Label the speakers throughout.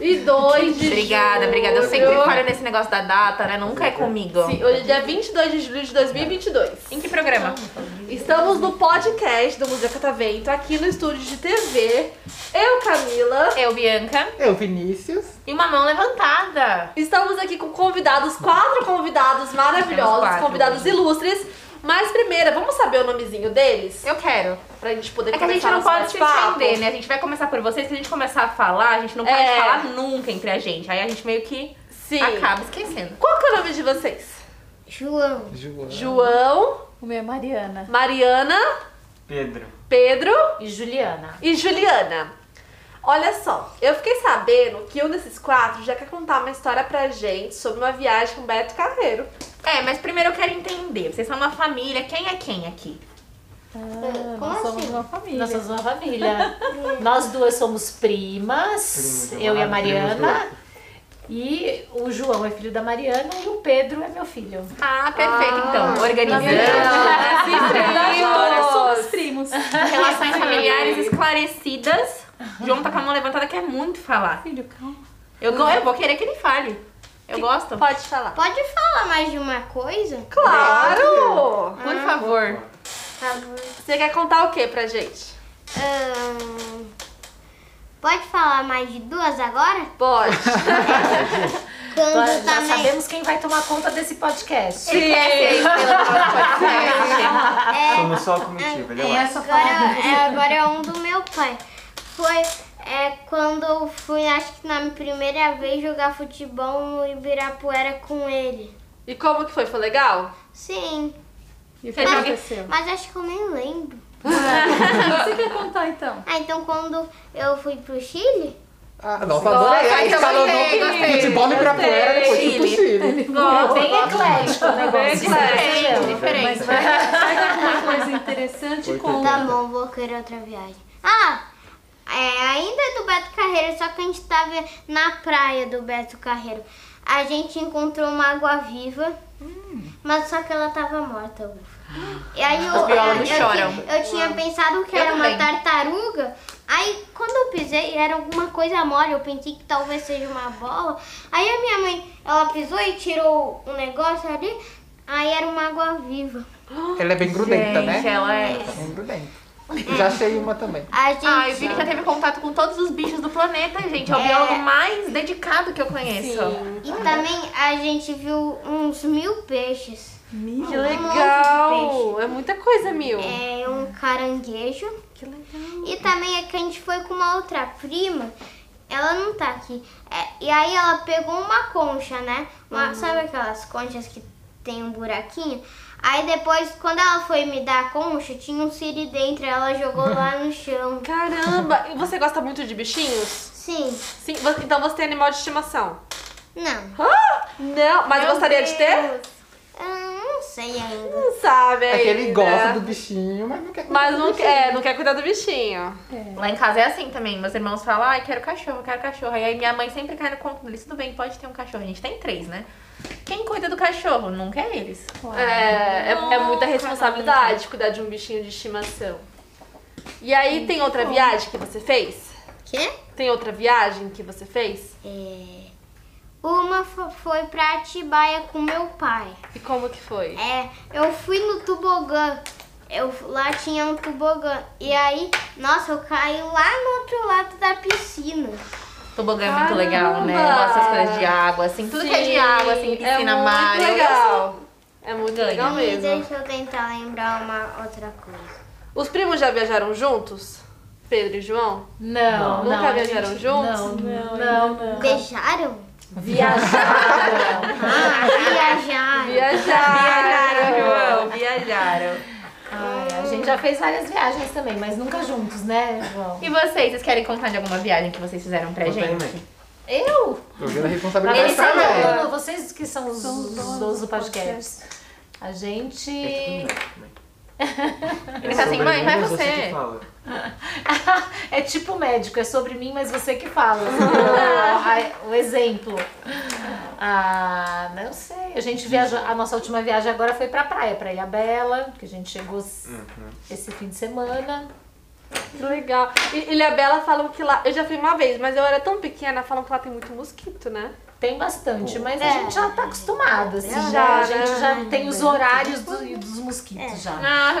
Speaker 1: 22 de
Speaker 2: Obrigada,
Speaker 1: julho.
Speaker 2: obrigada. Eu sempre falho nesse negócio da data, né? Nunca é comigo.
Speaker 1: Sim, hoje é dia 22 de julho de 2022.
Speaker 2: Em que programa?
Speaker 1: Estamos no podcast do Museu Catavento, aqui no estúdio de TV. Eu, Camila.
Speaker 2: Eu, Bianca.
Speaker 3: Eu, Vinícius.
Speaker 2: E uma mão levantada.
Speaker 1: Estamos aqui com convidados, quatro convidados maravilhosos,
Speaker 2: Temos quatro.
Speaker 1: convidados ilustres. Mas primeira, vamos saber o nomezinho deles?
Speaker 2: Eu quero.
Speaker 1: Pra gente poder
Speaker 2: É que a
Speaker 1: começar
Speaker 2: gente não
Speaker 1: nosso
Speaker 2: pode se
Speaker 1: bate-papo.
Speaker 2: entender, né? A gente vai começar por vocês. Se a gente começar a falar, a gente não pode
Speaker 1: É.
Speaker 2: falar nunca entre a gente. Aí a gente meio que
Speaker 1: Sim.
Speaker 2: acaba esquecendo.
Speaker 1: Qual que é o nome de vocês?
Speaker 4: João,
Speaker 3: João.
Speaker 1: João,
Speaker 5: O meu é Mariana.
Speaker 1: Mariana,
Speaker 3: Pedro.
Speaker 1: Pedro
Speaker 2: E Juliana.
Speaker 1: e Juliana. Olha só, eu fiquei sabendo que um desses quatro já quer contar uma história pra gente sobre uma viagem com Beto Carreiro.
Speaker 2: É, mas primeiro eu quero entender. Vocês são uma família. Quem é quem aqui?
Speaker 5: Ah,
Speaker 4: Como
Speaker 5: nós somos
Speaker 4: assim?
Speaker 5: uma família.
Speaker 6: Nós somos uma família. Nós duas somos primas,
Speaker 3: Primos de um
Speaker 6: eu e a
Speaker 3: lado, primos do
Speaker 6: Mariana. E o João é filho da Mariana e o Pedro é meu filho.
Speaker 2: Ah, perfeito, então. Organizando.
Speaker 1: É, Primos.
Speaker 5: Nós somos primos.
Speaker 2: Relações familiares esclarecidas. João tá com a mão levantada, quer muito falar.
Speaker 5: Filho, calma.
Speaker 2: Eu, go- eu vou querer que ele fale. Eu gosto.
Speaker 1: Pode falar.
Speaker 4: pode falar mais de uma coisa?
Speaker 1: Claro!
Speaker 2: Por favor.
Speaker 4: Por favor.
Speaker 1: Você quer contar o que pra gente?
Speaker 4: Ahn, pode falar mais de duas agora?
Speaker 1: Pode.
Speaker 4: Quando
Speaker 6: Nós, nós
Speaker 4: também.
Speaker 6: sabemos quem vai tomar conta desse podcast.
Speaker 2: Ele quer ser estrela do nosso podcast.
Speaker 4: É,
Speaker 3: Somos só a comitiva, ele é
Speaker 4: é,
Speaker 3: lá.
Speaker 4: agora, é, agora é um do meu pai. Foi é, quando eu fui, acho que na minha primeira vez, jogar futebol no Ibirapuera com ele.
Speaker 1: E como que foi? Foi legal?
Speaker 4: Sim,
Speaker 5: E o que
Speaker 2: Mas-
Speaker 5: aconteceu?
Speaker 4: mas acho que eu nem lembro.
Speaker 5: Você quer contar então?
Speaker 4: Ah, então quando eu fui pro Chile,
Speaker 3: Ah, nossa, adorei.
Speaker 2: Nossa,
Speaker 3: Ele
Speaker 2: eu
Speaker 3: falou
Speaker 2: gostei,
Speaker 3: no
Speaker 2: gostei.
Speaker 3: futebol e pra fora, depois foi pro Chile.
Speaker 6: Bem eclético o negócio.
Speaker 2: Diferente,
Speaker 6: entendeu?
Speaker 2: diferente.
Speaker 5: Vai dar alguma coisa interessante com
Speaker 4: Tá bom, vou querer outra viagem. Ah, é, ainda é do Beto Carreiro, só que a gente tava na praia do Beto Carreiro. A gente encontrou uma água-viva, mas só que ela tava morta. ufa. E aí eu,
Speaker 2: biólogos
Speaker 4: eu, eu
Speaker 2: choram.
Speaker 4: tinha- eu tinha pensado que
Speaker 2: Eu
Speaker 4: era
Speaker 2: também.
Speaker 4: uma tartaruga. Aí quando eu pisei, era alguma coisa mole, eu pensei que talvez seja uma bola. Aí a minha mãe, ela pisou e tirou um negócio ali, aí era uma água-viva.
Speaker 3: Ela é bem grudenta,
Speaker 2: Gente,
Speaker 3: né?
Speaker 2: ela é.
Speaker 3: Ela é bem grudenta. Já achei uma também.
Speaker 4: A gente...
Speaker 2: Ai, o Vini já teve contato com todos os bichos do planeta, gente. É o
Speaker 4: É.
Speaker 2: biólogo mais dedicado que eu conheço.
Speaker 4: E também a gente viu uns mil peixes. Um
Speaker 1: Que
Speaker 4: legal!
Speaker 1: É muita coisa, Mil.
Speaker 4: É um caranguejo. Que legal. E também é que a gente foi com uma outra prima. Ela não tá aqui. É, e aí ela pegou uma concha, né? Uma- Sabe aquelas conchas que tem um buraquinho? Aí depois, quando ela foi me dar a concha, tinha um siri dentro. Ela jogou lá no chão.
Speaker 1: Caramba! E você gosta muito de bichinhos?
Speaker 4: Sim.
Speaker 1: Sim. vo- Então você tem animal de estimação?
Speaker 4: Não.
Speaker 1: Não, mas
Speaker 2: Meu
Speaker 1: gostaria de ter?
Speaker 4: Ah, não sei ainda.
Speaker 1: Não sabe né?
Speaker 3: É que ele
Speaker 1: ainda.
Speaker 3: gosta do bichinho, mas não quer cuidar
Speaker 1: Mas
Speaker 3: do
Speaker 1: não,
Speaker 3: bichinho.
Speaker 1: é, não quer cuidar do bichinho.
Speaker 2: Lá em casa é assim também. Meus irmãos falam, ai, quero cachorro, quero cachorro. E aí minha mãe sempre cai no conto deles. Tudo bem, pode ter um cachorro. A gente tem três, né? Quem cuida do cachorro? Nunca é eles.
Speaker 1: É, é, é muita responsabilidade cuidar de um bichinho de estimação. E aí, tem outra viagem que você fez?
Speaker 4: Quê?
Speaker 1: Tem outra viagem que você fez?
Speaker 4: Uma fo- foi pra Atibaia com meu pai.
Speaker 1: E como que foi?
Speaker 4: É, eu fui no tobogã. Eu, fu- lá tinha um tobogã. E aí, nossa, eu caí lá no outro lado da piscina.
Speaker 2: Tobogã é muito legal, né?
Speaker 1: Caramba!
Speaker 2: Nossa, as coisas de água, assim. Tudo que é de
Speaker 1: Sim,
Speaker 2: água, assim, piscina,
Speaker 1: é
Speaker 2: mar.
Speaker 1: Muito
Speaker 2: eu-
Speaker 1: legal. É muito
Speaker 2: Ganho.
Speaker 1: legal
Speaker 4: E
Speaker 1: mesmo.
Speaker 4: deixa eu tentar lembrar uma outra coisa.
Speaker 1: Os primos já viajaram juntos? Pedro e João?
Speaker 6: Não, não.
Speaker 1: Nunca
Speaker 6: a
Speaker 1: viajaram
Speaker 6: gente-
Speaker 1: juntos?
Speaker 6: Não, não.
Speaker 4: Beijaram?
Speaker 6: Viajaram.
Speaker 4: Ah, viajaram.
Speaker 1: Viajaram!
Speaker 2: João, viajaram.
Speaker 6: Ai, a gente já fez várias viagens também, mas nunca juntos, né, João?
Speaker 2: E vocês, vocês querem contar de alguma viagem que vocês fizeram pra
Speaker 3: Eu tenho,
Speaker 2: gente?
Speaker 3: né?
Speaker 6: Eu? é.
Speaker 3: Eu vi a
Speaker 6: Eles
Speaker 3: responsabilidade
Speaker 6: são
Speaker 3: pra ela.
Speaker 6: dono, vocês que são os, os donos do podcast. A gente.
Speaker 3: É tudo bem, tudo bem.
Speaker 2: Ele tá assim,
Speaker 7: sobre
Speaker 2: mãe,
Speaker 7: mim,
Speaker 2: vai
Speaker 7: mas
Speaker 2: você.
Speaker 7: que fala.
Speaker 6: É tipo médico, é sobre mim, mas você que fala. Ah, o exemplo. Ah, não sei. A gente viajou, a nossa última viagem agora foi pra praia, pra Ilha Bela, que a gente chegou s- esse fim de semana.
Speaker 1: Que legal. E Ilhabela falam que lá. Eu já fui uma vez, mas eu era tão pequena, falam que lá tem muito mosquito, né?
Speaker 6: Tem bastante, mas a
Speaker 4: É.
Speaker 6: gente já tá acostumada, assim,
Speaker 1: Já,
Speaker 6: já, a
Speaker 1: né?
Speaker 6: gente já tem os horários do- e dos mosquitos já.
Speaker 2: Ah,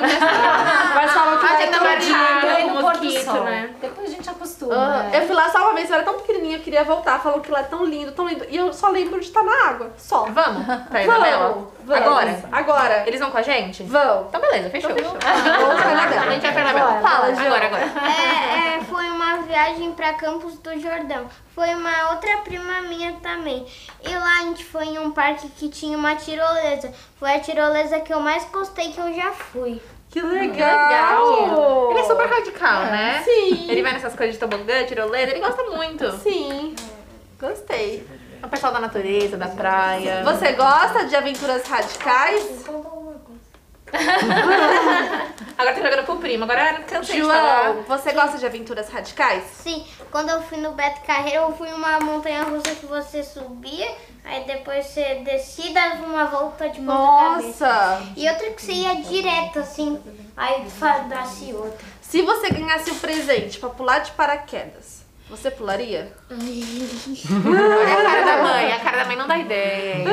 Speaker 1: Mas falam que lá
Speaker 2: Até
Speaker 1: tem
Speaker 2: na
Speaker 1: muito.
Speaker 2: marinha,
Speaker 6: e
Speaker 2: com
Speaker 6: no pôr do
Speaker 2: mosquito,
Speaker 6: sol.
Speaker 2: né?
Speaker 6: Depois a gente acostuma.
Speaker 1: Ah,
Speaker 6: é.
Speaker 1: Eu fui lá só uma vez, eu era tão pequenininha, eu queria voltar. Falam que lá é tão lindo, tão lindo. E eu só lembro de estar na água. Só.
Speaker 2: Vamos pra Isabela?
Speaker 1: vamos.
Speaker 2: Agora?
Speaker 1: Agora.
Speaker 2: Eles vão com a gente?
Speaker 1: Vão.
Speaker 2: Então beleza, fechou.
Speaker 1: Vamos pra
Speaker 2: A
Speaker 1: Ilhabela.
Speaker 2: gente vai pra Isabela.
Speaker 6: Bora,
Speaker 2: Fala,
Speaker 6: bora.
Speaker 2: agora, agora.
Speaker 4: É, é, foi uma viagem pra Campos do Jordão. Foi uma outra prima minha também. E lá a gente foi em um parque que tinha uma tirolesa. Foi a tirolesa que eu mais gostei que eu já fui.
Speaker 1: Que legal.
Speaker 2: Ele é super radical, né?
Speaker 1: Sim.
Speaker 2: Ele vai nessas coisas de tobogã, tirolesa, ele gosta muito.
Speaker 1: Sim. Gostei.
Speaker 2: O pessoal da natureza, da praia.
Speaker 1: Você gosta de aventuras radicais?
Speaker 2: Agora tá jogando pro primo, agora eu cansei de falar.
Speaker 1: João, você gosta de aventuras radicais?
Speaker 4: Sim, quando eu fui no Beto Carreiro, eu fui em uma montanha russa que você subia, aí depois você descia e dava uma volta de ponta cabeça.
Speaker 1: Nossa!
Speaker 4: E outra que você ia direto, assim, aí fadasse outra.
Speaker 1: Se você ganhasse um presente pra pular de paraquedas, você pularia?
Speaker 2: Olha a cara da mãe, a cara da mãe não dá ideia.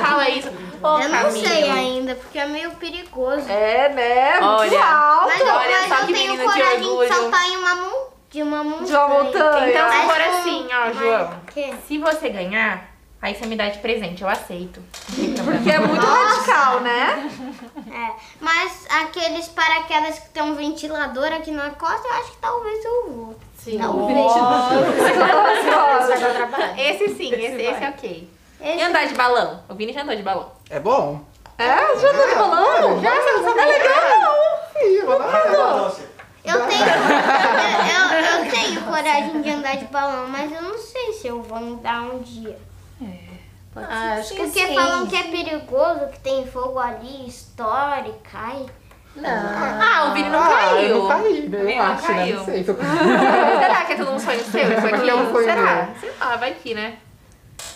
Speaker 2: Fala isso. Ô,
Speaker 4: eu não
Speaker 2: Camila.
Speaker 4: sei ainda, porque é meio perigoso.
Speaker 1: É, né? Muito
Speaker 2: Olha.
Speaker 1: alto!
Speaker 4: Mas, eu-
Speaker 2: Olha
Speaker 4: mas
Speaker 2: só
Speaker 4: eu
Speaker 2: que
Speaker 4: tenho
Speaker 2: menina de
Speaker 4: coragem de,
Speaker 2: orgulho.
Speaker 4: saltar tá em uma mon... de uma montanha.
Speaker 1: De uma montanha.
Speaker 2: Então, se
Speaker 4: Mas
Speaker 2: for
Speaker 4: com-
Speaker 2: assim, ó,
Speaker 4: mas- é um
Speaker 2: João.
Speaker 4: que?
Speaker 2: Se você ganhar, aí você me dá de presente, eu aceito.
Speaker 1: Porque é muito radical, né?
Speaker 4: É, mas aqueles paraquedas que tem um ventilador aqui na costa, eu acho que talvez eu vou.
Speaker 1: Sim.
Speaker 4: Talvez.
Speaker 6: Vai dar trabalho.
Speaker 2: Esse sim, esse, esse é ok. E
Speaker 4: Esse-
Speaker 2: andar de balão? O Vini já andou de balão.
Speaker 3: É bom.
Speaker 1: É? Já andou de balão? Já, você não sabia? É legal!
Speaker 3: Ih, vou dar uma-
Speaker 4: Eu tenho, eu, eu- eu tenho coragem de andar de balão, mas eu não sei se eu vou andar um dia.
Speaker 2: É.
Speaker 6: Ah, acho que
Speaker 4: Porque
Speaker 6: sim.
Speaker 4: falam que é perigoso, que tem fogo ali, estoura e cai.
Speaker 6: Não.
Speaker 2: Ah, o Vini não
Speaker 3: Ah,
Speaker 2: caiu.
Speaker 3: eu não caí, né? Eu
Speaker 2: Não
Speaker 3: acho, né?
Speaker 2: caiu.
Speaker 3: Não sei. Tô...
Speaker 2: Será que é tudo um sonho seu isso aqui?
Speaker 3: Não foi
Speaker 2: Será?
Speaker 3: meu.
Speaker 2: Sei lá, vai que, né?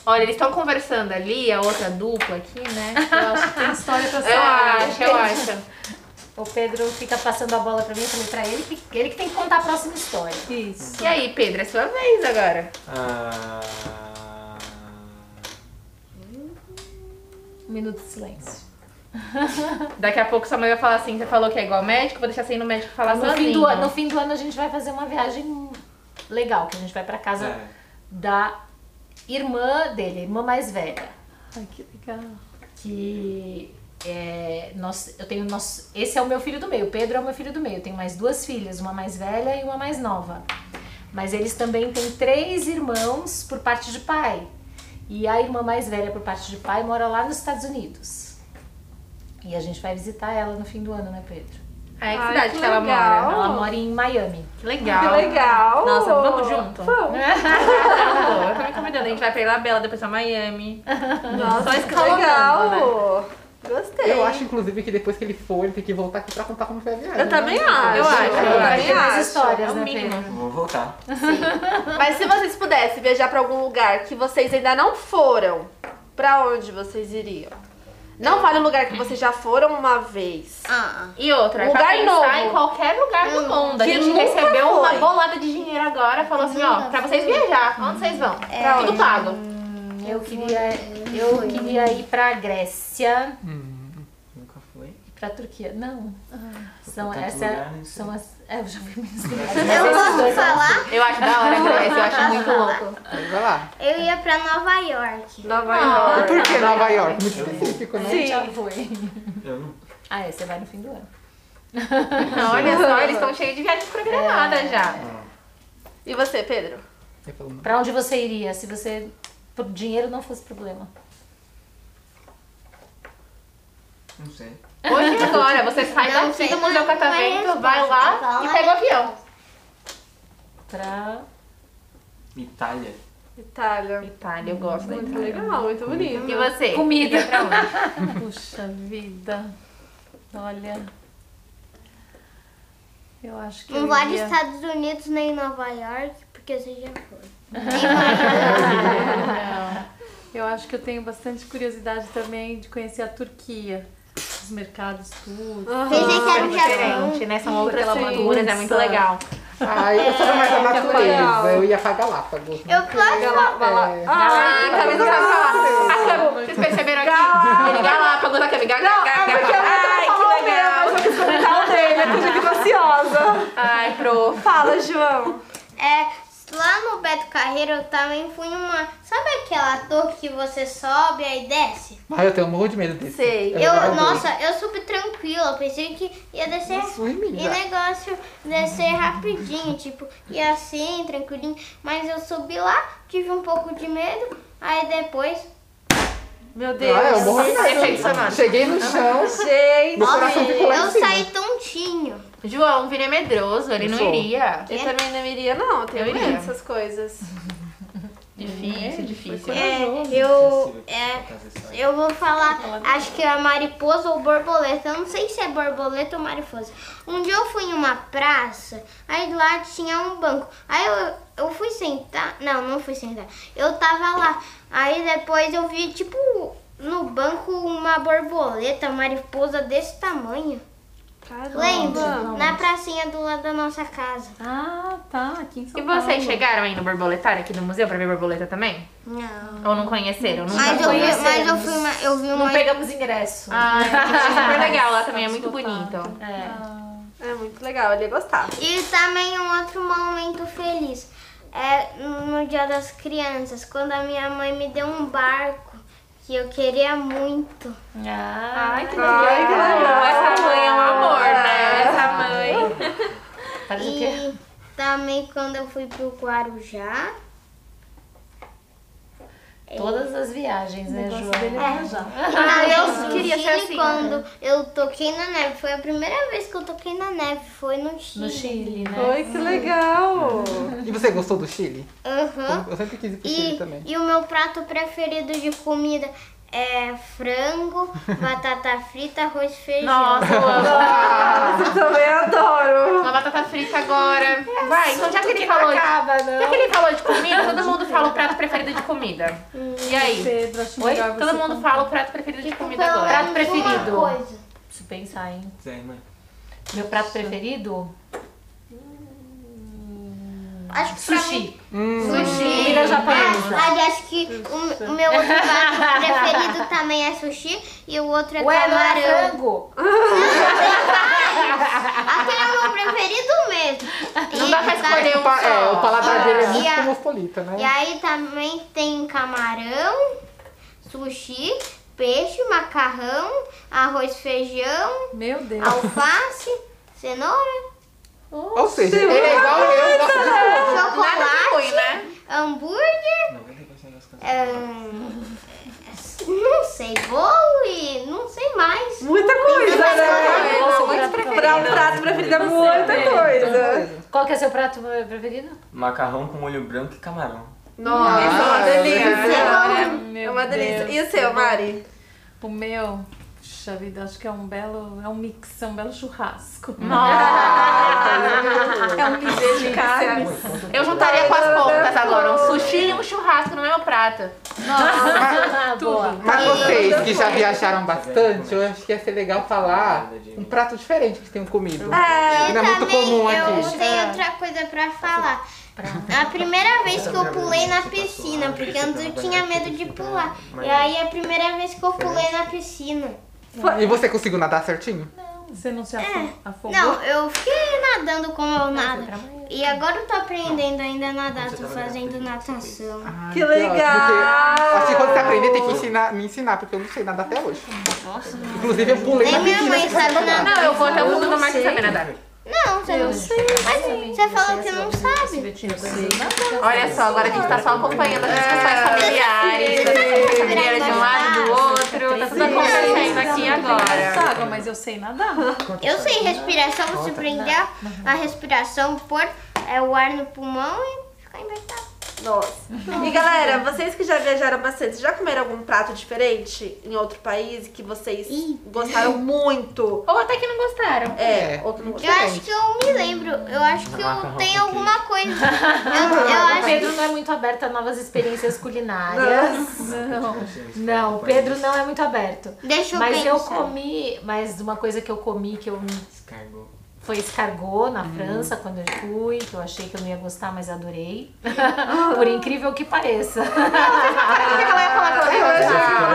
Speaker 2: Olha, eles estão conversando ali, a outra dupla aqui, né? Eu acho,
Speaker 5: Tem história pra
Speaker 2: eu
Speaker 5: falar.
Speaker 2: acho, eu acho.
Speaker 6: O Pedro fica passando a bola pra mim, eu falei pra ele que ele que tem que contar a próxima história.
Speaker 5: Isso.
Speaker 2: E aí, Pedro, é sua vez agora.
Speaker 7: Ah,
Speaker 6: Um minuto de silêncio.
Speaker 2: Daqui a pouco sua mãe vai falar assim, você falou que é igual médico, vou deixar você ir no médico falar
Speaker 6: No
Speaker 2: sozinho.
Speaker 6: fim, do ano, no fim do ano a gente vai fazer uma viagem legal, que a gente vai pra casa
Speaker 7: é.
Speaker 6: da irmã dele, a irmã mais velha.
Speaker 5: Ai, que legal.
Speaker 6: Que é, nós, eu tenho nós, esse é o meu filho do meio, o Pedro é o meu filho do meio. Eu tenho mais duas filhas, uma mais velha e uma mais nova. Mas eles também têm três irmãos por parte de pai. E a irmã mais velha por parte de pai mora lá nos Estados Unidos. E a gente vai visitar ela no fim do ano, né, Pedro?
Speaker 2: Ah, é que
Speaker 1: Ai,
Speaker 2: cidade
Speaker 1: que
Speaker 2: que, ela
Speaker 1: legal.
Speaker 2: mora?
Speaker 5: Oh.
Speaker 6: Ela mora em Miami.
Speaker 2: Que legal.
Speaker 1: Que legal!
Speaker 2: Nossa, vamos junto?
Speaker 1: Vamos!
Speaker 2: Não, eu tô me convidando. A gente vai pra Ilhabela, depois pra Miami.
Speaker 1: Nossa,
Speaker 2: Só
Speaker 1: que
Speaker 2: escalonando,
Speaker 1: legal! Gostei!
Speaker 3: Eu acho, inclusive, que depois que ele for, ele tem que voltar aqui pra contar como foi a viagem.
Speaker 1: Eu também acho.
Speaker 2: Eu acho, eu
Speaker 1: também
Speaker 6: vai ter mais
Speaker 1: acho.
Speaker 6: histórias,
Speaker 2: É o
Speaker 6: né,
Speaker 2: mínimo.
Speaker 6: Pedro?
Speaker 7: Vou voltar.
Speaker 1: Mas se vocês pudessem viajar pra algum lugar que vocês ainda não foram, pra onde vocês iriam? Não vale um lugar que vocês já foram uma vez.
Speaker 4: Ah,
Speaker 2: E outra,
Speaker 1: Lugar
Speaker 2: pra pensar
Speaker 1: novo.
Speaker 2: em qualquer lugar do mundo. A
Speaker 1: Que
Speaker 2: gente
Speaker 1: nunca
Speaker 2: recebeu
Speaker 1: foi.
Speaker 2: uma bolada de dinheiro agora, falou assim, ó,
Speaker 4: Nunca
Speaker 2: pra vocês viajar, onde vocês vão?
Speaker 1: Pra
Speaker 2: Tudo
Speaker 1: onde?
Speaker 2: pago.
Speaker 6: Eu queria, eu queria ir pra Grécia
Speaker 7: Hum, Nunca fui. Ah.
Speaker 6: e pra Turquia. Não. São,
Speaker 7: Tanto
Speaker 6: essa,
Speaker 7: lugar, né?
Speaker 6: são as. É, eu já vi meus lugares.
Speaker 4: Eu posso falar?
Speaker 2: Eu acho da hora a Grécia, eu acho muito louco.
Speaker 3: Mas Vai lá.
Speaker 4: Eu ia pra Nova York.
Speaker 1: Nova
Speaker 3: Mas
Speaker 1: York.
Speaker 3: Por que Nova York? Muito específico, né?
Speaker 6: Sim. Já foi.
Speaker 7: Eu não.
Speaker 6: Ah, é, você vai no fim do ano.
Speaker 2: Não, olha só, eles estão cheios de viagens programadas já.
Speaker 1: E você, Pedro?
Speaker 3: Eu falo, não.
Speaker 6: Pra onde você iria se você. Por dinheiro não fosse problema.
Speaker 7: Não sei.
Speaker 2: Hoje e agora, você sai
Speaker 4: Não
Speaker 2: daqui
Speaker 4: sei,
Speaker 2: do Museu
Speaker 4: não, não é
Speaker 2: Catavento,
Speaker 4: resposta,
Speaker 2: vai lá
Speaker 4: fala.
Speaker 2: e pega o avião.
Speaker 6: Pra.
Speaker 7: Itália.
Speaker 1: Itália.
Speaker 2: Itália, eu gosto da
Speaker 1: Muito
Speaker 2: Itália.
Speaker 1: legal, muito bonito.
Speaker 2: E você?
Speaker 6: Comida.
Speaker 2: Iria pra onde?
Speaker 5: Puxa vida. Olha. Eu acho que.
Speaker 4: Não
Speaker 5: eu
Speaker 4: vá nos
Speaker 5: iria-
Speaker 4: Estados Unidos nem em Nova York, porque você já foi.
Speaker 5: Eu acho que eu tenho bastante curiosidade também de conhecer a Turquia. Os mercados, tudo.
Speaker 1: Ah.
Speaker 4: Pensei que era
Speaker 2: Super
Speaker 4: um Japão.
Speaker 2: é diferente, né? São outras
Speaker 5: Sim.
Speaker 2: culturas, é muito legal.
Speaker 3: Aí eu sou mais da
Speaker 1: legal.
Speaker 3: natureza, eu ia pra Galápagos.
Speaker 4: Eu posso
Speaker 1: Vai lá.
Speaker 3: É.
Speaker 1: Ai, Camila não sabe falar.
Speaker 2: Vocês perceberam aqui? Ele Galápagos, aqui, amiga.
Speaker 1: Não, é porque eu
Speaker 2: Ai,
Speaker 1: não tô
Speaker 2: que
Speaker 1: falando mesmo,
Speaker 2: legal.
Speaker 1: mas eu quis comentar o dele, é eu tô fico ansiosa.
Speaker 2: Ai, pro.
Speaker 1: Fala, João.
Speaker 4: É, lá no Beto Carreiro eu também fui uma. Sabe aquela torre que você sobe aí desce?
Speaker 3: Mas eu tenho um morro de medo desse.
Speaker 1: Sei.
Speaker 4: Eu,
Speaker 3: adoro.
Speaker 4: nossa, eu subi tranquila, eu pensei que ia descer.
Speaker 3: Nossa, menina.
Speaker 4: E negócio descer rapidinho, tipo, e assim, tranquilinho. Mas eu subi lá, tive um pouco de medo, aí depois.
Speaker 1: Meu Deus.
Speaker 3: Ah, eu morro de
Speaker 2: Efeito sonoro.
Speaker 3: medo. Cheguei no chão,
Speaker 1: Gente.
Speaker 3: meu coração ficou lá em
Speaker 4: Eu
Speaker 3: cima.
Speaker 4: saí tontinho.
Speaker 2: João viria medroso, ele não
Speaker 3: Sou.
Speaker 2: iria.
Speaker 1: Eu também não iria, não. Eu tenho
Speaker 2: Eu
Speaker 1: medo
Speaker 2: iria.
Speaker 1: dessas coisas.
Speaker 2: Difícil, difícil.
Speaker 4: É,
Speaker 7: Acessível
Speaker 4: eu.
Speaker 7: aqui
Speaker 4: É,
Speaker 7: pra casa dessa
Speaker 4: Eu vou falar, acho que é mariposa ou borboleta. Eu não sei se é borboleta ou mariposa. Um dia eu fui em uma praça, aí lá tinha um banco. Aí eu, eu fui sentar. Não, não fui sentar. Eu tava lá. Aí depois eu vi, tipo, no banco uma borboleta, mariposa desse tamanho.
Speaker 1: Caramba.
Speaker 4: Lembra? Na pracinha do lado da nossa casa.
Speaker 5: Ah, tá. Aqui em São
Speaker 2: E vocês
Speaker 5: Paulo.
Speaker 2: chegaram aí no borboletário aqui do museu pra ver borboleta também?
Speaker 4: Não.
Speaker 2: Ou não conheceram? Nunca
Speaker 4: Mas eu vi,
Speaker 2: conheceram?
Speaker 4: mas eu fui uma. Eu vi
Speaker 6: Não
Speaker 4: uma.
Speaker 6: pegamos ingresso.
Speaker 2: Ai, é super legal lá também, é
Speaker 5: Tá
Speaker 2: muito
Speaker 5: esgotado.
Speaker 2: bonito.
Speaker 6: É.
Speaker 1: É muito legal, ele ia gostar.
Speaker 4: E também um outro momento feliz. É no Dia das Crianças, quando a minha mãe me deu um barco que eu queria muito.
Speaker 2: Ai, que legal.
Speaker 1: Ai, que legal.
Speaker 2: Essa mãe é um amor, né? Essa mãe.
Speaker 6: Faz o quê?
Speaker 4: E também quando eu fui pro Guarujá.
Speaker 6: Todas as viagens, né, João?
Speaker 2: é
Speaker 4: Ah,
Speaker 2: eu queria ser assim.
Speaker 4: quando eu toquei na neve. Foi a primeira vez que eu toquei na neve, foi no Chile.
Speaker 6: No Chile, né?
Speaker 1: Oi, que legal.
Speaker 3: E você gostou do Chile?
Speaker 4: Aham.
Speaker 3: Eu sempre quis ir pro Chile
Speaker 4: E,
Speaker 3: também.
Speaker 4: e o meu prato preferido de comida é frango, batata frita, arroz e feijão.
Speaker 2: Nossa, eu amo.
Speaker 1: Eu também adoro.
Speaker 2: Uma batata frita agora. Vai, então já que ele falou. Já
Speaker 6: Acaba, não.
Speaker 2: que ele falou de comida, todo mundo fala o prato preferido de comida. E aí?
Speaker 5: Pedro, acho
Speaker 6: Oi?
Speaker 5: melhor você
Speaker 2: Todo mundo
Speaker 5: contar.
Speaker 2: fala o prato preferido de
Speaker 4: Tipo,
Speaker 2: comida
Speaker 4: pelo
Speaker 2: agora.
Speaker 4: menos
Speaker 6: preferido.
Speaker 4: Uma coisa.
Speaker 6: Preciso pensar, hein?
Speaker 7: Zé, mãe.
Speaker 6: Meu prato preferido?
Speaker 4: Acho que
Speaker 6: Sushi.
Speaker 2: Sushi.
Speaker 6: Comida japonesa.
Speaker 4: Ah, aliás, acho que o, o meu outro prato preferido também é sushi e o outro é
Speaker 6: Ué, não era
Speaker 4: camarão.
Speaker 6: frango?
Speaker 4: Aquele é o meu preferido mesmo.
Speaker 2: Não
Speaker 4: E
Speaker 2: dá pra
Speaker 4: tá-
Speaker 2: escolher um
Speaker 3: Pa- é, o
Speaker 2: só.
Speaker 3: paladar dele é
Speaker 4: Ah.
Speaker 3: muito
Speaker 4: E a-
Speaker 3: cosmopolita, né?
Speaker 4: E aí também tem camarão, sushi, peixe, macarrão, arroz, feijão,
Speaker 5: Meu Deus.
Speaker 4: alface, cenoura,
Speaker 3: Ou seja, ele é igual eu, gosto de tudo.
Speaker 2: Nada de ruim,
Speaker 4: chocolate,
Speaker 2: né?
Speaker 4: hambúrguer,
Speaker 7: Não, vai levar esse negócio pra casa.
Speaker 4: ahn, não sei, bolo e não sei mais.
Speaker 1: Muita coisa, né?
Speaker 6: Nossa,
Speaker 1: Muito
Speaker 6: prato
Speaker 1: preferido. Pra um prato preferido é muita coisa.
Speaker 6: Qual que é seu prato preferido?
Speaker 7: Macarrão com molho branco e camarão.
Speaker 1: Nossa, é uma delícia. É
Speaker 5: Meu
Speaker 1: uma delícia.
Speaker 5: Deus.
Speaker 1: E o seu, Mari?
Speaker 5: O meu, puxa vida, acho que é um belo, é um mix, é um belo churrasco. É um mix de carnes.
Speaker 2: Eu juntaria com as pontas agora. Um sushi e um churrasco no mesmo prato. Ah,
Speaker 6: Ah, Boa.
Speaker 3: Mas vocês que já viajaram bastante, eu acho que ia ser legal falar um prato diferente que tenham comido.
Speaker 1: É,
Speaker 3: Que não é muito
Speaker 4: também
Speaker 3: comum
Speaker 4: eu
Speaker 3: aqui.
Speaker 4: tenho outra coisa pra falar. tá A primeira vez que eu pulei na piscina, porque antes eu tinha medo de pular. E aí é a primeira vez que eu pulei na piscina.
Speaker 3: E você conseguiu nadar certinho?
Speaker 5: Você não se afo- afogou?
Speaker 4: Não, eu fiquei nadando como eu nado. E agora eu tô aprendendo ainda tá a nadar, tô fazendo natação.
Speaker 1: Que
Speaker 3: Ai, ótimo,
Speaker 1: legal!
Speaker 3: porque Acho que quando você aprender tem que ensinar- me ensinar, porque eu não sei nadar até hoje. Inclusive eu pulei na
Speaker 4: Nem tá minha
Speaker 3: piscina.
Speaker 4: mãe sabe nadar.
Speaker 2: Não, eu vou até o fundo do mar sem saber nadar.
Speaker 4: Não, você não sabe. Mas você é falou que não sabe.
Speaker 2: Olha só, agora a gente tá só acompanhando as discussões familiares, as discussões familiares de um lado do outro, tá tudo acontecendo aqui
Speaker 5: Eu
Speaker 2: agora.
Speaker 5: água, mas eu sei nadar.
Speaker 4: Eu sei respirar, só você prender a- a respiração, pôr é, o ar no pulmão e ficar invertido.
Speaker 1: Nossa. E galera, vocês que já viajaram bastante, já comeram algum prato diferente em outro país que vocês gostaram muito?
Speaker 2: Ou até que não gostaram.
Speaker 1: É,
Speaker 3: É.
Speaker 1: ou que não
Speaker 4: Eu
Speaker 1: gostaram.
Speaker 4: acho que eu me lembro. Eu acho que eu
Speaker 7: Macarrão
Speaker 4: tenho
Speaker 7: com
Speaker 4: alguma coisa. Eu, eu
Speaker 6: O
Speaker 4: acho
Speaker 6: Pedro não é muito aberto a novas experiências culinárias. Não. Não, o Pedro não é muito aberto.
Speaker 4: Deixa eu
Speaker 6: Mas eu
Speaker 4: pensar.
Speaker 6: comi, mas uma coisa que eu comi que eu
Speaker 7: Descargou.
Speaker 6: foi escargot na
Speaker 2: Hum.
Speaker 6: França quando eu fui, que eu achei que eu não ia gostar, mas adorei. Por incrível que pareça.
Speaker 1: Eu acho que
Speaker 3: É,
Speaker 7: Ah,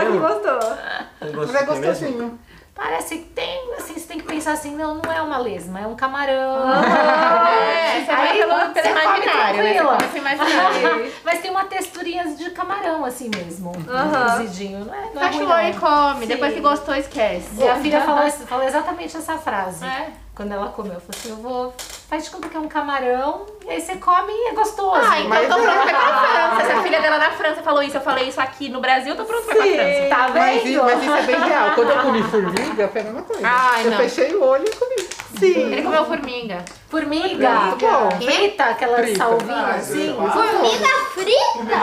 Speaker 1: ela que
Speaker 7: eu?
Speaker 1: gostou.
Speaker 7: Não
Speaker 3: Mas
Speaker 7: gostei
Speaker 3: é
Speaker 7: mesmo?
Speaker 3: gostosinho.
Speaker 6: Parece que tem, assim, você tem que pensar assim, não, não é uma lesma, é um camarão.
Speaker 2: É, você vai pelo, pelo imaginário, né? Você
Speaker 6: tranquila.
Speaker 2: começa a imaginar.
Speaker 6: Mas tem uma texturinha de camarão assim mesmo,
Speaker 1: Aham.
Speaker 6: cozidinho, não é? Não é ruim,
Speaker 2: Cachorro Tá e
Speaker 6: não.
Speaker 2: come,
Speaker 6: Sim.
Speaker 2: depois que gostou, esquece.
Speaker 6: Minha filha falou, esse- falou exatamente essa frase.
Speaker 2: É.
Speaker 6: Quando ela comeu, eu falei assim, eu vou... Faz de conta que é um camarão, e aí você come e é gostoso.
Speaker 2: Ah, então
Speaker 3: Mas- é
Speaker 2: tô pronta pra França. Se a filha dela na França falou isso, eu falei isso aqui no Brasil, tô pronta pra pra França.
Speaker 6: Tá vendo?
Speaker 3: Mas, i- mas isso é bem real. Quando eu comi formiga, foi a mesma coisa.
Speaker 2: Ai,
Speaker 3: eu
Speaker 2: não.
Speaker 3: fechei o olho e comi.
Speaker 2: Ele comeu formiga.
Speaker 6: Formiga.
Speaker 3: Muito bom.
Speaker 6: Frita, aquelas
Speaker 3: Frita.
Speaker 5: Ah, é
Speaker 6: salvinhas assim.
Speaker 4: Comida frita?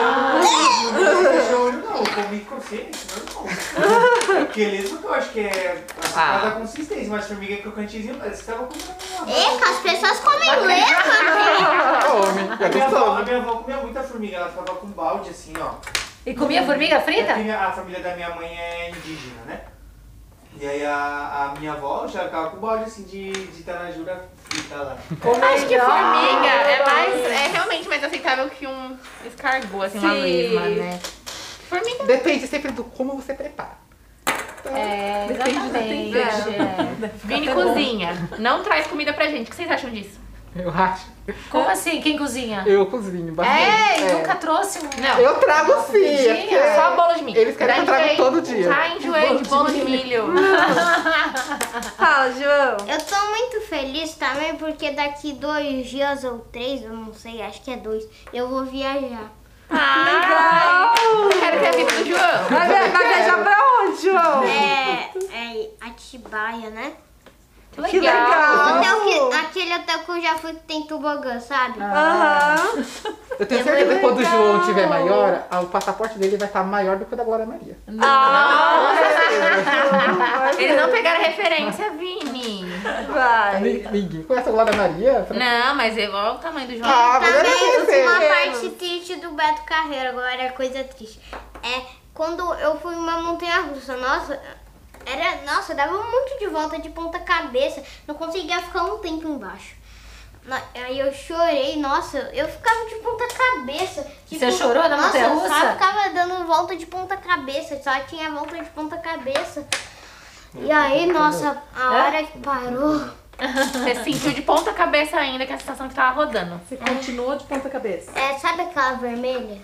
Speaker 8: Não é tijolo, não. Eu comi com vocês, normal. É Porque lesma que eu acho que é a da consistência, mas formiga é crocantezinho, parece que tava comendo uma.
Speaker 4: Eca, as pessoas comem lesma.
Speaker 3: Come.
Speaker 8: A
Speaker 3: É
Speaker 8: minha, avó,
Speaker 3: gostoso.
Speaker 8: a minha avó comia muita formiga, ela ficava com balde assim, ó.
Speaker 6: E comia formiga frita?
Speaker 8: Porque minha- a família da minha mãe é indígena, né? E aí a, a minha avó já ficava com balde assim de, de tanajura frita lá.
Speaker 2: Acho que formiga é mais. É realmente mais aceitável que um escargot, assim, uma
Speaker 5: Sim.
Speaker 2: lesma, né? Formiga.
Speaker 3: Depende sempre do como você prepara.
Speaker 6: É,
Speaker 5: Depende do
Speaker 6: exatamente.
Speaker 5: tempero.
Speaker 6: é.
Speaker 2: Vini cozinha. Não traz comida pra gente. O que vocês acham disso?
Speaker 3: Eu acho.
Speaker 6: Como assim? Quem cozinha?
Speaker 3: Eu cozinho bastante.
Speaker 6: É,
Speaker 3: É.
Speaker 6: e nunca trouxe um.
Speaker 2: Não.
Speaker 3: Eu trago sim. é
Speaker 6: Comidinha?
Speaker 3: porque-
Speaker 2: então. Só bolo de milho.
Speaker 3: Eles querem que eu traga
Speaker 2: Daí
Speaker 3: todo dia. Hum.
Speaker 2: Já enjoei de bolo de milho.
Speaker 1: Fala, João.
Speaker 4: Eu tô muito feliz também porque daqui dois dias ou três, eu não sei, acho que é dois, eu vou viajar.
Speaker 2: Ah, eu quero ter a vida do João.
Speaker 1: Vai, vai viajar pra onde, João?
Speaker 4: É, é Atibaia, né?
Speaker 1: Que
Speaker 6: Ah.
Speaker 1: legal.
Speaker 4: Hotel que- aquele hotel que eu já fui que tem tobogã, sabe?
Speaker 6: Ah.
Speaker 1: Aham.
Speaker 3: Eu tenho certeza que quando o João tiver maior, a- o passaporte dele vai estar maior do que o da Glória Maria.
Speaker 2: Eles não pegaram referência, Vini.
Speaker 1: Vai.
Speaker 3: Ni- Ninguém conhece a Glória Maria?
Speaker 2: Não, mas é igual o tamanho do João.
Speaker 4: Tá
Speaker 3: Ah, mas eu não
Speaker 4: Também
Speaker 3: conheci.
Speaker 4: uma parte triste do Beto Carreiro, agora é coisa triste. É quando eu fui uma montanha russa, nossa, era. Nossa, dava um monte de volta de ponta cabeça. Não conseguia ficar um tempo embaixo. Na- Aí eu chorei, nossa, eu ficava de ponta cabeça. tipo,
Speaker 6: Você chorou na
Speaker 4: nossa, eu
Speaker 6: montanha-russa?
Speaker 4: só ficava dando volta de ponta cabeça, só tinha volta de ponta cabeça. E aí, nossa, a hora que parou.
Speaker 2: Você sentiu de ponta cabeça ainda que a sensação que tava rodando.
Speaker 5: Você continua de ponta cabeça.
Speaker 4: É, sabe aquela vermelha?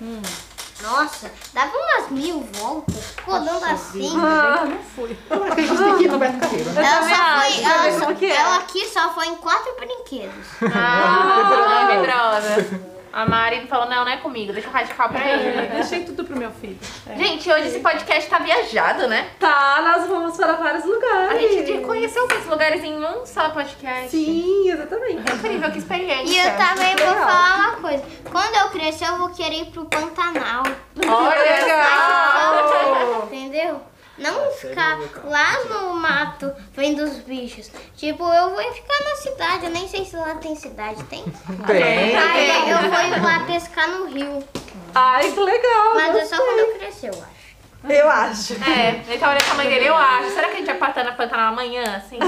Speaker 4: Nossa, dava umas mil voltas, rodando assim.
Speaker 5: Eu não fui.
Speaker 3: Eu acho que a gente tem que ir no Beto Carreiro. né?
Speaker 4: Ela, só foi,
Speaker 1: pra ver
Speaker 4: ela, só-
Speaker 1: como que é.
Speaker 4: ela aqui só foi em quatro brinquedos.
Speaker 2: Ah, medrosa. A Mari falou, não, não é comigo, deixa o radical pra
Speaker 5: Eu
Speaker 2: ele.
Speaker 5: deixei tudo pro meu filho. É.
Speaker 2: Gente, hoje esse podcast tá viajado, né?
Speaker 1: Tá, nós vamos para vários
Speaker 2: A
Speaker 1: lugares.
Speaker 2: gente conheceu muitos lugares em um só podcast.
Speaker 1: Sim, exatamente.
Speaker 2: Incrível, que experiência.
Speaker 4: E eu tá- também vou
Speaker 1: Legal.
Speaker 4: falar uma coisa. Quando eu crescer, eu vou querer ir pro Pantanal.
Speaker 2: Olha
Speaker 4: Entendeu? Não
Speaker 8: Nossa,
Speaker 4: ficar
Speaker 3: é
Speaker 8: aí eu vou
Speaker 4: lá no mato vendo os bichos. Tipo, eu vou ficar na cidade. Eu nem sei se lá tem cidade. Tem?
Speaker 3: Tem.
Speaker 4: Aí eu vou lá pescar no rio.
Speaker 1: Ai, que legal.
Speaker 4: Mas é só quando eu crescer, eu acho.
Speaker 1: Eu acho.
Speaker 2: É, ele tá olhando pra mãe dele, eu acho. Será que a gente vai patar na Pantanal amanhã, assim?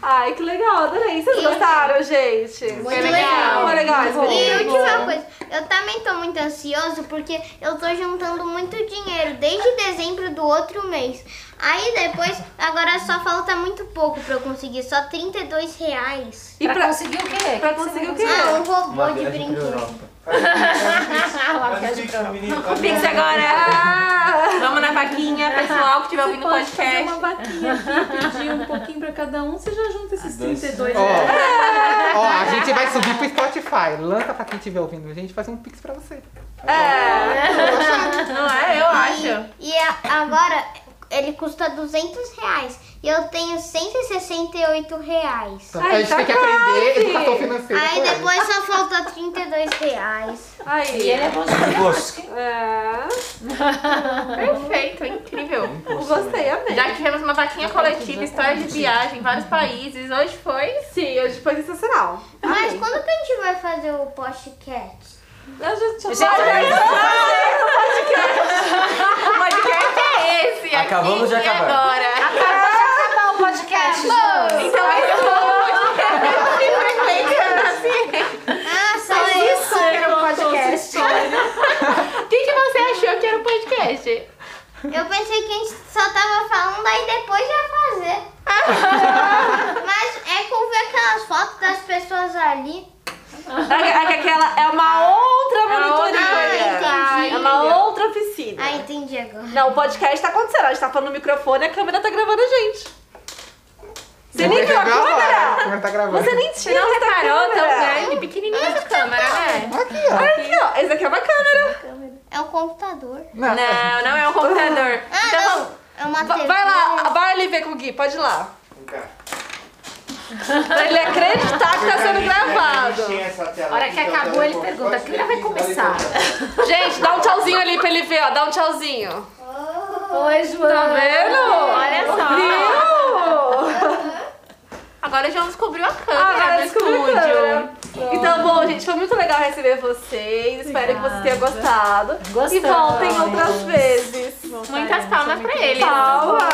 Speaker 1: Ai, que legal, adorei. Vocês gostaram, gente?
Speaker 4: Muito legal.
Speaker 1: Foi legal. esse
Speaker 4: E
Speaker 1: vídeo.
Speaker 4: última coisa, eu também tô muito ansioso porque eu tô juntando muito dinheiro desde dezembro do outro mês. Aí depois, agora só falta muito pouco pra eu conseguir, só 32 reais.
Speaker 1: E
Speaker 6: Pra,
Speaker 1: pra,
Speaker 6: conseguir o quê?
Speaker 1: pra conseguir o quê?
Speaker 4: Ah, um robô
Speaker 7: Uma
Speaker 4: de
Speaker 7: viagem pra
Speaker 4: brinquedo.
Speaker 7: Europa.
Speaker 8: Faz
Speaker 6: é
Speaker 8: um pix pro menino, faz um
Speaker 2: Pix agora! Ah! Vamos na vaquinha, pessoal que estiver tá ouvindo o
Speaker 5: Pode fazer
Speaker 2: podcast.
Speaker 5: uma vaquinha aqui, pedir um pouquinho pra cada um, você já junta esses
Speaker 7: Dois.
Speaker 5: 32
Speaker 3: Ó,
Speaker 5: reais.
Speaker 3: ó, a gente vai subir pro Spotify. Lança pra quem estiver ouvindo a gente, faz um pix pra você.
Speaker 1: É.
Speaker 2: Não é? Eu acho.
Speaker 4: E a- agora, ele custa 200 reais e eu tenho 168 reais.
Speaker 3: Então,
Speaker 1: Ai,
Speaker 3: a gente
Speaker 1: tá
Speaker 3: tem que aprender
Speaker 1: quase.
Speaker 3: educação financeira.
Speaker 4: Aí
Speaker 3: com ela.
Speaker 4: depois só falta 32 reais.
Speaker 6: E
Speaker 1: Aí.
Speaker 6: ele é bom de fazer
Speaker 7: Gosto.
Speaker 1: É.
Speaker 2: Perfeito, incrível.
Speaker 1: Gostei, amei.
Speaker 2: Já tivemos uma vaquinha coletiva, história de viagem, vários países. Hoje foi.
Speaker 1: Sim, hoje foi sensacional.
Speaker 4: Mas quando que a gente vai fazer o podcast?
Speaker 1: Eu já tinha
Speaker 2: O podcast é esse. aqui
Speaker 7: Acabamos de
Speaker 2: e
Speaker 7: acabar.
Speaker 2: Agora.
Speaker 6: acabar o podcast. Ju.
Speaker 2: Então é isso.
Speaker 4: Ah, só isso.
Speaker 2: O que, que você achou que era o podcast?
Speaker 4: Eu pensei que a gente só tava falando, aí depois ia fazer. Mas é com ver aquelas fotos das pessoas ali.
Speaker 1: Aquela é uma outra monitoria.
Speaker 4: Ah,
Speaker 1: É
Speaker 4: entendi.
Speaker 1: uma outra piscina.
Speaker 4: Ah, entendi agora.
Speaker 1: Não, o podcast tá acontecendo. A gente tá falando no microfone e a câmera tá gravando a gente. Você
Speaker 3: Vamos
Speaker 1: nem viu a
Speaker 3: gravar, né?
Speaker 1: câmera?
Speaker 3: Como tá gravando.
Speaker 1: Você nem tinha
Speaker 2: Não
Speaker 1: essa
Speaker 2: reparou tão
Speaker 1: câmera.
Speaker 2: grande, pequenininha de câmera, né?
Speaker 3: Aqui,
Speaker 1: Aqui, ó. Essa aqui é uma câmera.
Speaker 4: É um computador.
Speaker 3: ó. Não,
Speaker 2: Não, não é um computador.
Speaker 4: Ah,
Speaker 1: Então,
Speaker 4: não. É uma
Speaker 1: Va-
Speaker 4: TV.
Speaker 1: Vai lá, vai ali ver com o Gui. Pode ir lá.
Speaker 8: Vem cá.
Speaker 1: Pra ele acreditar que tá sendo gravado.
Speaker 8: A
Speaker 6: hora que acabou, ele pergunta, "Que hora vai começar?"
Speaker 1: Gente, dá um tchauzinho ali pra ele ver, ó. Dá um tchauzinho.
Speaker 6: Oi, João.
Speaker 1: Tá vendo?
Speaker 2: Olha só.
Speaker 1: Viu?
Speaker 2: Agora o João descobriu a câmera
Speaker 1: Agora
Speaker 2: do
Speaker 1: descobriu,
Speaker 2: Ah, estúdio.
Speaker 1: né? Então, bom, gente, foi muito legal receber vocês. Espero que vocês tenham gostado. E
Speaker 6: Gostamos.
Speaker 1: voltem outras vezes.
Speaker 2: Muitas palmas pra ele.
Speaker 1: Palmas.